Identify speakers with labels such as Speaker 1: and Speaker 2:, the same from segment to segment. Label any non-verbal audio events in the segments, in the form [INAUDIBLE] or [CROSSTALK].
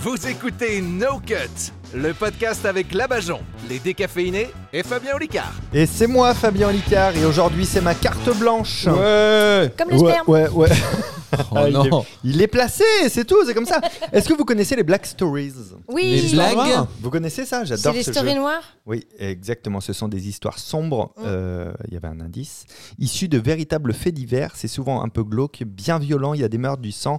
Speaker 1: Vous écoutez No Cut, le podcast avec Labajon, les décaféinés et Fabien Olicard.
Speaker 2: Et c'est moi Fabien Licard et aujourd'hui c'est ma carte blanche.
Speaker 3: Ouais
Speaker 4: Comme le
Speaker 2: ouais,
Speaker 4: sperme.
Speaker 2: ouais, ouais.
Speaker 3: Ah, il est-
Speaker 2: Il est placé, c'est tout, c'est comme ça. Est-ce que vous connaissez les Black Stories
Speaker 4: Oui.
Speaker 3: Les blagues.
Speaker 2: Ah, Vous connaissez ça
Speaker 4: C'est
Speaker 2: J'adore
Speaker 4: les
Speaker 2: ce
Speaker 4: stories
Speaker 2: jeu.
Speaker 4: noires.
Speaker 2: Oui, exactement. Ce sont des histoires sombres.
Speaker 4: Mm.
Speaker 2: euh, Il y avait un indice. Issues de véritables faits divers. C'est souvent un peu glauque, bien violent. Il y a des meurtres, du sang.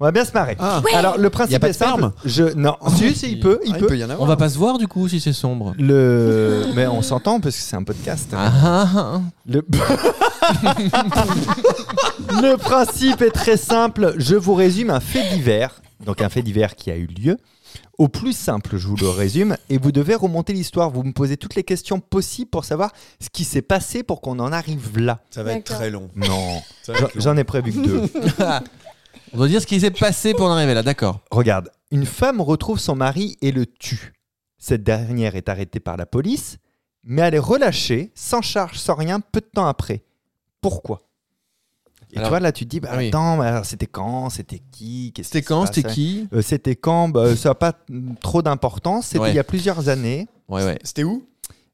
Speaker 2: On va bien se marrer.
Speaker 3: Ah,
Speaker 2: Alors le principe
Speaker 3: Y a pas de
Speaker 2: est simple.
Speaker 3: sperme
Speaker 2: Je non, si, si, il peut, il
Speaker 3: Ah,
Speaker 2: peut.
Speaker 3: y en avoir. On va pas se voir du coup si c'est sombre.
Speaker 2: Le mais on s'entend parce que c'est un podcast.
Speaker 3: Ah,
Speaker 2: Le... [LAUGHS] Le principe est très simple. Je vous résume un fait divers, donc un fait divers qui a eu lieu. Au plus simple, je vous le résume, et vous devez remonter l'histoire. Vous me posez toutes les questions possibles pour savoir ce qui s'est passé pour qu'on en arrive là.
Speaker 5: Ça va être
Speaker 4: D'accord.
Speaker 5: très long.
Speaker 2: Non,
Speaker 5: Ça va
Speaker 2: j'en-
Speaker 5: être long.
Speaker 2: j'en ai prévu que deux.
Speaker 3: On doit dire ce qui s'est passé pour en arriver là, d'accord.
Speaker 2: Regarde, une femme retrouve son mari et le tue. Cette dernière est arrêtée par la police, mais elle est relâchée, sans charge, sans rien, peu de temps après. Pourquoi Et
Speaker 3: Alors-
Speaker 2: toi, là, tu te dis, bah,
Speaker 3: Ah oui.
Speaker 2: attends, mais alors, c'était quand C'était qui Qu'est-ce
Speaker 3: C'était
Speaker 2: qui se
Speaker 3: quand C'était
Speaker 2: passait
Speaker 3: qui
Speaker 2: Euh, C'était quand Bah, Ça n'a pas mm, trop d'importance. C'était
Speaker 3: Ouais.
Speaker 2: il y a plusieurs années.
Speaker 3: Ouais, ouais.
Speaker 5: C'était où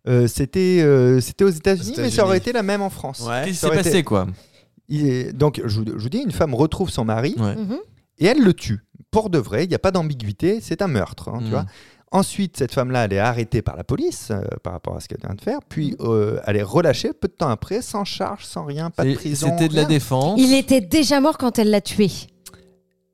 Speaker 2: Euh, c'était euh, c'était aux États-Unis, mais ça
Speaker 5: États-Unis.
Speaker 2: aurait été la même en France.
Speaker 5: Ouais.
Speaker 3: Qu'est-ce
Speaker 2: Ça
Speaker 3: qui s'est
Speaker 2: aurait
Speaker 3: passé
Speaker 2: été-
Speaker 3: quoi
Speaker 2: Il est- Donc, je vous, je vous dis, une femme retrouve son mari,
Speaker 3: Ouais.
Speaker 4: Mhm.
Speaker 2: et elle le tue. Pour de vrai, il n'y a pas d'ambiguïté, c'est un meurtre. hein,
Speaker 3: Mm.
Speaker 2: tu vois. Ensuite, cette femme-là, elle est arrêtée par la police euh, par rapport à ce qu'elle vient de faire, puis
Speaker 3: Hmm.
Speaker 2: euh, elle est relâchée peu de temps après, sans charge, sans rien, pas de
Speaker 3: C'est-
Speaker 2: prison.
Speaker 3: C'était de la
Speaker 2: rien.
Speaker 3: défense.
Speaker 4: Il était déjà mort quand elle l'a tué.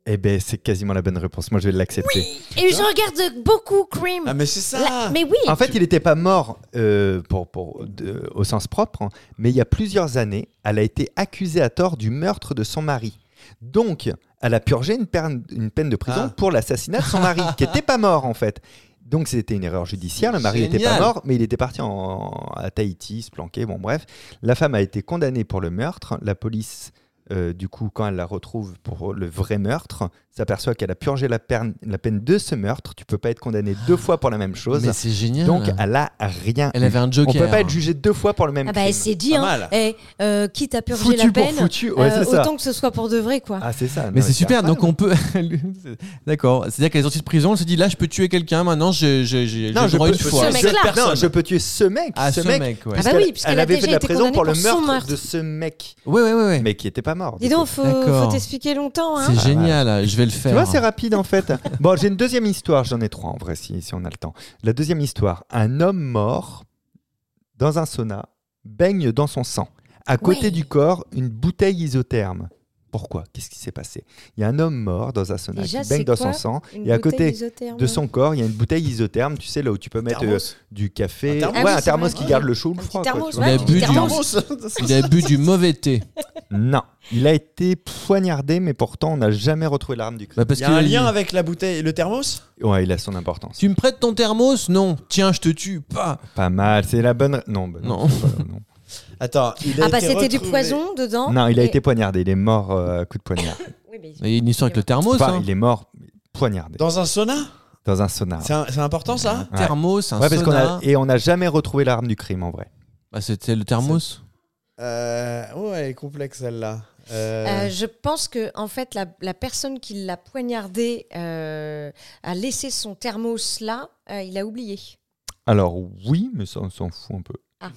Speaker 2: Eh ben, c'est quasiment la bonne réponse. Moi, je vais l'accepter.
Speaker 4: Et je regarde beaucoup Cream.
Speaker 5: Ah, mais c'est ça
Speaker 4: La- Mais oui.
Speaker 2: En fait, il n'était pas mort euh, pour, pour, de- au sens propre, hein, mais il y a plusieurs années, elle a été accusée à tort du meurtre de son mari. Donc, elle a purgé une, perne- une peine de prison
Speaker 5: Ah.
Speaker 2: pour l'assassinat de son mari, qui n'était pas mort en fait. Donc, c'était une erreur judiciaire. Le mari n'était pas
Speaker 3: Génial.
Speaker 2: mort, mais il était parti en- à Tahiti, se planquer. Bon, bref. La femme a été condamnée pour le meurtre. La police, euh, du coup, quand elle la retrouve pour le vrai meurtre, s'aperçoit qu'elle a purgé la, perne- la peine de ce meurtre. Tu peux pas être condamné deux fois pour la même chose.
Speaker 3: Mais c'est génial.
Speaker 2: Donc elle a rien.
Speaker 3: elle
Speaker 2: eu.
Speaker 3: avait un
Speaker 2: On
Speaker 3: joker.
Speaker 2: peut pas être jugé deux fois pour le même
Speaker 4: Ah bah
Speaker 2: crime.
Speaker 4: elle s'est dit,
Speaker 5: Pas
Speaker 4: hein,
Speaker 5: mal.
Speaker 4: eh, euh, quitte à purger
Speaker 2: foutu
Speaker 4: la
Speaker 2: pour
Speaker 4: peine,
Speaker 2: foutu. Ouais,
Speaker 4: euh,
Speaker 2: c'est ça.
Speaker 4: autant que ce soit pour de vrai quoi.
Speaker 2: Ah c'est ça.
Speaker 3: Mais
Speaker 2: Non,
Speaker 3: c'est super, donc
Speaker 2: incroyable.
Speaker 3: on peut. [LAUGHS] D'accord, c'est-à-dire qu'elle est sortie de prison, elle se dit là je peux tuer quelqu'un, maintenant j'ai j'ai- j'ai- j'ai
Speaker 2: Non,
Speaker 3: le
Speaker 2: je
Speaker 3: droit
Speaker 2: peux
Speaker 3: une
Speaker 2: tuer
Speaker 3: fois.
Speaker 4: ce mec-là.
Speaker 3: Cette personne.
Speaker 2: Non, je peux tuer ce mec.
Speaker 3: Ah,
Speaker 2: ce mec.
Speaker 3: ouais.
Speaker 4: Ah bah
Speaker 2: Parce
Speaker 4: oui,
Speaker 2: qu'elle-
Speaker 4: puisqu'elle
Speaker 2: elle
Speaker 4: a
Speaker 2: avait
Speaker 4: déjà
Speaker 2: fait de la
Speaker 4: été
Speaker 2: prison
Speaker 4: condamnée
Speaker 2: pour le
Speaker 4: pour son
Speaker 2: meurtre,
Speaker 4: meurtre.
Speaker 2: de ce mec,
Speaker 3: Ouais, ouais, ouais. ouais.
Speaker 2: Ah, mais qui était pas mort.
Speaker 4: Dis
Speaker 2: du
Speaker 4: donc,
Speaker 2: coup.
Speaker 4: faut,
Speaker 3: D'accord.
Speaker 4: faut t'expliquer longtemps. Hein.
Speaker 3: C'est génial, je vais le faire.
Speaker 2: Tu vois, c'est rapide en fait. bon, j'ai une deuxième histoire. J'en ai trois en vrai, si, si on a le temps. La deuxième histoire un homme mort dans un sauna baigne dans son sang. À côté
Speaker 4: Ouais.
Speaker 2: du corps, une bouteille isotherme. Pourquoi Qu'est-ce qui s'est passé Il y a un homme mort dans un sauna
Speaker 4: Déjà,
Speaker 2: qui baigne
Speaker 4: c'est
Speaker 2: dans
Speaker 4: quoi
Speaker 2: son sang.
Speaker 4: Une
Speaker 2: Et à côté
Speaker 4: bouteille isotherme.
Speaker 2: de son corps, il y a une bouteille isotherme, tu sais, là où tu peux mettre euh,
Speaker 5: Thermos.
Speaker 2: du café,
Speaker 5: Un thermos.
Speaker 2: ouais,
Speaker 4: Ah oui,
Speaker 2: un
Speaker 4: c'est
Speaker 2: thermos
Speaker 4: vrai.
Speaker 2: qui garde le chaud ou le
Speaker 4: Un petit
Speaker 2: froid. quoi,
Speaker 4: thermos,
Speaker 2: tu
Speaker 3: Il
Speaker 2: vois.
Speaker 3: a
Speaker 4: ouais.
Speaker 3: bu
Speaker 4: petit
Speaker 3: du-
Speaker 4: thermos.
Speaker 3: Il a bu du mauvais thé.
Speaker 2: Non, il a été poignardé, mais pourtant on n'a jamais retrouvé l'arme du crime.
Speaker 3: Bah, parce
Speaker 5: Il y a un
Speaker 3: que-
Speaker 5: lien avec la bouteille, le thermos
Speaker 2: Ouais, il a son importance.
Speaker 3: Tu me prêtes ton thermos Non. Tiens, je te tue. Pas.
Speaker 2: Pas mal, c'est la bonne. ra- Non, bah
Speaker 3: Non.
Speaker 2: c'est pas- non.
Speaker 5: Attends, il a
Speaker 4: Ah bah
Speaker 5: été
Speaker 4: c'était du
Speaker 5: retrouvé-
Speaker 4: poison dedans.
Speaker 2: Non, il a
Speaker 4: Et-
Speaker 2: été poignardé, il est mort euh, à coup de poignard.
Speaker 4: Oui, mais-
Speaker 3: Il y a une histoire avec le thermos.
Speaker 2: Enfin,
Speaker 3: hein.
Speaker 2: il est mort poignardé
Speaker 5: Dans un sauna
Speaker 2: dans un sauna.
Speaker 5: C'est un- c'est important ça
Speaker 2: Ouais.
Speaker 3: Thermos, un
Speaker 2: Ouais, parce qu'on
Speaker 3: sauna.
Speaker 2: a et on n'a jamais retrouvé l'arme du crime en vrai.
Speaker 3: Bah, C'était le thermos.
Speaker 2: Ah.
Speaker 5: euh... Ouais, elle est complexe celle-là. Euh,
Speaker 4: Euh, je pense que en fait la, la personne qui l'a poignardé euh, a laissé son thermos là, euh, il a oublié.
Speaker 2: Alors oui, mais ça, on s'en fout un peu.
Speaker 4: Ah.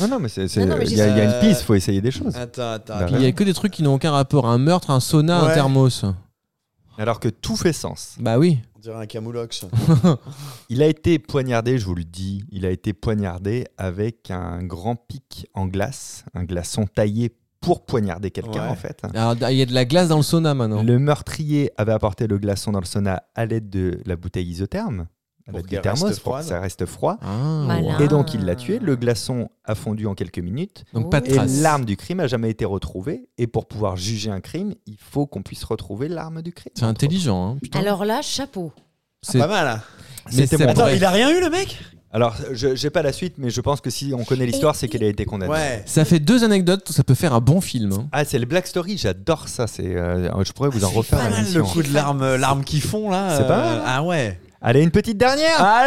Speaker 2: Non, non, mais c'est c'est-
Speaker 4: Non, non, mais
Speaker 2: il y, a- il y a une
Speaker 5: j'ai-
Speaker 2: piste, faut essayer des choses.
Speaker 5: [LAUGHS] Attends, attends.
Speaker 2: Bah,
Speaker 5: attends.
Speaker 3: Il y a que des trucs qui n'ont aucun rapport. Un meurtre, un sauna, un
Speaker 5: Ouais.
Speaker 3: thermos.
Speaker 2: Alors que tout fait sens.
Speaker 3: Bah oui.
Speaker 5: On dirait un camoulox.
Speaker 2: Il a été poignardé, je vous le dis, il a été poignardé avec un grand pic en glace, un glaçon taillé pour poignarder quelqu'un
Speaker 5: Ouais.
Speaker 2: en fait.
Speaker 3: Alors, Il y a de la glace dans le sauna maintenant.
Speaker 2: Le meurtrier avait apporté le glaçon dans le sauna à l'aide de la bouteille isotherme, à
Speaker 5: Pour
Speaker 2: l'aide du
Speaker 5: qu'elle
Speaker 2: thermos
Speaker 5: reste
Speaker 2: pour que
Speaker 5: froide.
Speaker 2: ça reste froid.
Speaker 3: Ah,
Speaker 4: Malin.
Speaker 3: ouais.
Speaker 2: Et donc il l'a tué, le glaçon a fondu en quelques minutes
Speaker 3: Donc pas de
Speaker 2: et
Speaker 3: traces.
Speaker 2: l'arme du crime n'a jamais été retrouvée. Et pour pouvoir juger un crime, il faut qu'on puisse retrouver l'arme du crime.
Speaker 3: C'est intelligent. Hein, putain.
Speaker 4: Alors là, chapeau.
Speaker 3: C'est-
Speaker 5: Pas mal. hein.
Speaker 3: mais
Speaker 2: Ah, bah, C'était
Speaker 3: c'est
Speaker 2: mon
Speaker 5: Attends,
Speaker 3: vrai.
Speaker 5: il a rien eu le mec
Speaker 2: Alors je j'ai pas la suite, mais je pense que si on connaît l'histoire, c'est qu'elle a été condamnée.
Speaker 5: Ouais.
Speaker 3: Ça fait deux anecdotes, ça peut faire un bon film. hein.
Speaker 2: Ah, c'est le Black Story, j'adore ça. C'est, euh, je pourrais vous en
Speaker 5: Ah, C'est
Speaker 2: refaire
Speaker 5: pas
Speaker 2: une
Speaker 5: mal
Speaker 2: émission.
Speaker 5: le coup de l'arme, euh, l'arme qui fond là.
Speaker 2: C'est pas
Speaker 5: euh,
Speaker 2: mal. hein.
Speaker 5: Ah ouais.
Speaker 2: Allez, une petite dernière.
Speaker 5: Allez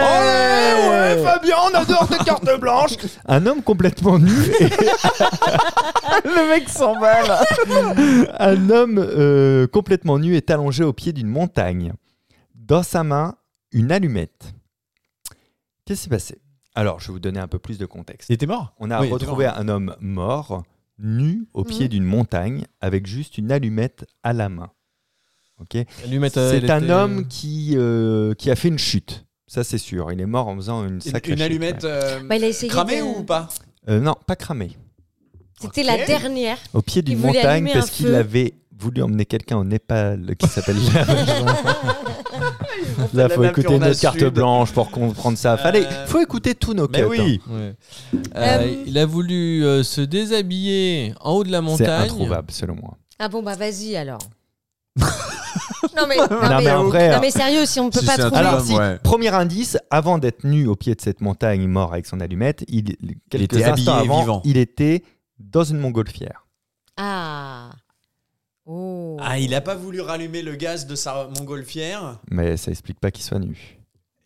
Speaker 2: Ouais, ouais, Fabien, on adore cette carte blanche. [LAUGHS] Un homme complètement nu. et- [LAUGHS] le mec [LAUGHS] s'emballe. Un homme euh, complètement nu est allongé au pied d'une montagne. dans sa main une allumette. Qu'est-ce qui s'est passé Alors, je vais vous donner un peu plus de contexte.
Speaker 5: Il était mort
Speaker 2: On a
Speaker 3: Oui,
Speaker 2: retrouvé un homme mort, nu, au pied d'une montagne, avec juste une allumette à la main. Ok
Speaker 3: Allumette, euh, elle
Speaker 2: C'est un
Speaker 3: était-
Speaker 2: homme qui, euh, qui a fait une chute. Ça, c'est sûr. Il est mort en faisant une
Speaker 6: Une,
Speaker 2: sacrée
Speaker 6: une
Speaker 2: chute,
Speaker 6: allumette
Speaker 2: ouais.
Speaker 6: euh,
Speaker 4: Bah, il a essayé
Speaker 6: cramée
Speaker 4: de-
Speaker 6: ou pas
Speaker 2: Euh, non, pas cramé.
Speaker 4: C'était
Speaker 6: Ok.
Speaker 4: la dernière.
Speaker 2: Au pied d'une
Speaker 4: voulait
Speaker 2: montagne
Speaker 4: allumer un
Speaker 2: parce qu'il
Speaker 4: feu.
Speaker 2: avait voulu emmener quelqu'un au Népal qui s'appelle Là, faut écouter notre carte blanche pour comprendre ça. Fallait,
Speaker 6: Euh,
Speaker 2: faut écouter tous nos
Speaker 6: Mais
Speaker 2: cuts, hein.
Speaker 6: oui.
Speaker 3: Ouais. Euh,
Speaker 4: Euh,
Speaker 3: Il a voulu euh, se déshabiller en haut de la
Speaker 2: C'est
Speaker 3: montagne.
Speaker 2: introuvable, selon moi.
Speaker 4: Ah bon, bah vas-y alors.
Speaker 2: [LAUGHS]
Speaker 4: non, mais, non,
Speaker 2: Non, mais en vrai, hein.
Speaker 4: non, mais sérieux, si on ne peut
Speaker 6: Si
Speaker 4: pas
Speaker 6: c'est un
Speaker 4: trouver.
Speaker 6: Alors,
Speaker 2: Alors,
Speaker 6: Trouvable, si, ouais.
Speaker 2: premier indice, avant d'être nu au pied de cette montagne, mort avec son allumette, il, quelques
Speaker 6: était
Speaker 2: instants
Speaker 6: habillé,
Speaker 2: avant,
Speaker 6: vivant.
Speaker 2: il était dans une montgolfière.
Speaker 4: Ah. Oh.
Speaker 6: Ah, il a pas voulu rallumer le gaz de sa montgolfière.
Speaker 2: Mais ça explique pas qu'il soit nu.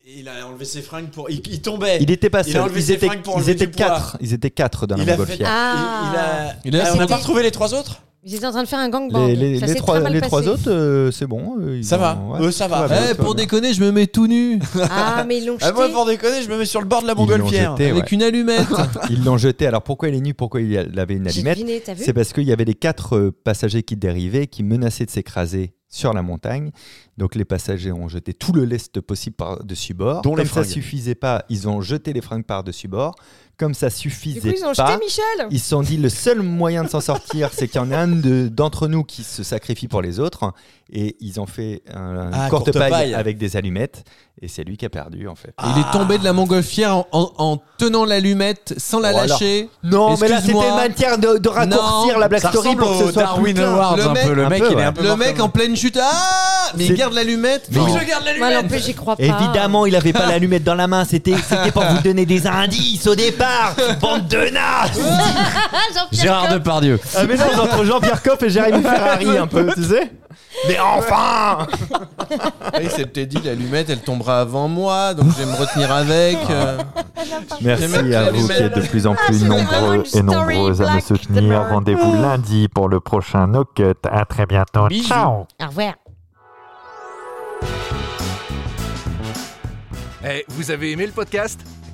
Speaker 6: Et il a enlevé ses fringues pour. Il, il tombait.
Speaker 2: Il était pas
Speaker 6: Eh, Il a
Speaker 2: seul.
Speaker 6: enlevé
Speaker 2: Ils
Speaker 6: ses
Speaker 2: étaient,
Speaker 6: fringues pour
Speaker 2: ils
Speaker 6: enlever
Speaker 2: étaient
Speaker 6: du poids.
Speaker 2: quatre. Ils étaient quatre dans
Speaker 6: Il
Speaker 2: la
Speaker 6: a fait-
Speaker 2: montgolfière.
Speaker 4: Ah.
Speaker 6: Il,
Speaker 3: Il a-
Speaker 6: a... Ah, on n'a pas
Speaker 4: c'était-
Speaker 6: retrouvé les trois autres
Speaker 4: Ils étaient en train de faire un gangbang.
Speaker 2: Les, les-
Speaker 4: Ah, Ça
Speaker 2: les
Speaker 4: s'est
Speaker 2: trois,
Speaker 4: très mal
Speaker 2: les
Speaker 4: passé.
Speaker 2: trois autres, euh, c'est bon. euh, ils
Speaker 6: Ça va.
Speaker 2: ont- ouais.
Speaker 6: Eux, ça va.
Speaker 2: Tout va bien,
Speaker 3: Eh,
Speaker 2: tout va
Speaker 3: pour
Speaker 2: bien.
Speaker 3: déconner, je me mets tout nu
Speaker 4: Ah,
Speaker 2: [LAUGHS]
Speaker 4: mais ils l'ont
Speaker 6: Ah,
Speaker 4: jeté.
Speaker 6: moi, pour déconner, je me mets sur le bord de la
Speaker 2: Ils l'ont
Speaker 6: montgolfière.
Speaker 2: jeté,
Speaker 3: avec
Speaker 2: ouais.
Speaker 3: une
Speaker 6: [LAUGHS]
Speaker 3: allumette.
Speaker 2: [LAUGHS] Ils l'ont jeté. Alors pourquoi il est nu Pourquoi il avait une
Speaker 4: J'ai
Speaker 2: allumette
Speaker 4: deviné, t'as vu
Speaker 2: C'est parce qu'il y avait les quatre euh, passagers qui dérivaient, qui menaçaient de s'écraser sur la montagne. Donc les passagers ont jeté tout le lest possible par-dessus bord.
Speaker 5: Dont les
Speaker 2: Comme ça
Speaker 5: fringues.
Speaker 2: suffisait pas, ils ont jeté les fringues par-dessus bord. Comme ça
Speaker 4: Du
Speaker 2: suffisait
Speaker 4: coup, ils ont
Speaker 2: pas,
Speaker 4: jeté Michel.
Speaker 2: ils se sont dit le seul moyen de s'en sortir, c'est qu'il y en ait un de- d'entre nous qui se sacrifie pour les autres. Et ils ont fait un, une
Speaker 6: Ah,
Speaker 2: courte,
Speaker 6: courte
Speaker 2: paille,
Speaker 6: paille. Ah,
Speaker 2: avec des allumettes. Et c'est lui qui a perdu en fait.
Speaker 3: Il est tombé de la montgolfière en, en- en tenant l'allumette sans la
Speaker 2: Oh, alors.
Speaker 3: lâcher.
Speaker 2: Non, mais là c'était
Speaker 3: Excuse-moi.
Speaker 2: matière de, de raccourcir
Speaker 3: Non,
Speaker 2: la Black
Speaker 6: Ça
Speaker 2: Story
Speaker 6: ressemble
Speaker 2: pour que
Speaker 6: au
Speaker 2: ce soit
Speaker 6: Darwin
Speaker 2: plus clair.
Speaker 6: Awards
Speaker 3: Le
Speaker 6: un
Speaker 3: mec-
Speaker 6: peu. Le
Speaker 2: un
Speaker 6: mec,
Speaker 2: peu,
Speaker 6: il est
Speaker 2: ouais.
Speaker 6: un peu.
Speaker 3: Le
Speaker 6: mort
Speaker 3: mec
Speaker 6: comme-
Speaker 3: en pleine chute. Ah Mais
Speaker 2: C'est-
Speaker 3: il garde l'allumette.
Speaker 2: Mais
Speaker 3: Non.
Speaker 2: il-
Speaker 6: Je garde
Speaker 4: Moi non
Speaker 6: l'allumette [LAUGHS]
Speaker 4: plus, j'y crois pas.
Speaker 2: Évidemment, il avait pas l'allumette dans la main, c'était c'était pour vous donner des indices
Speaker 6: [LAUGHS]
Speaker 2: au départ, bande de nazes
Speaker 4: Ah, Jean-Pierre Coff.
Speaker 6: Depardieu.
Speaker 2: Un mélange Ah, entre Jean-Pierre Coff et Jérémy Ferrari un peu, tu sais Mais enfin
Speaker 3: Ah, Il s'est peut-être dit l'allumette, elle tombera avant moi, donc je vais me retenir avec. euh.
Speaker 2: Merci à vous qui êtes de plus en plus
Speaker 4: Ah, c'est vraiment
Speaker 2: nombreux
Speaker 4: une
Speaker 2: et
Speaker 4: story
Speaker 2: nombreuses à me
Speaker 4: black
Speaker 2: soutenir.
Speaker 4: de-
Speaker 2: Rendez-vous lundi pour le prochain No Cut. À très bientôt.
Speaker 3: Bisous.
Speaker 2: Ciao
Speaker 4: Au revoir.
Speaker 1: Eh, vous avez aimé le podcast Eh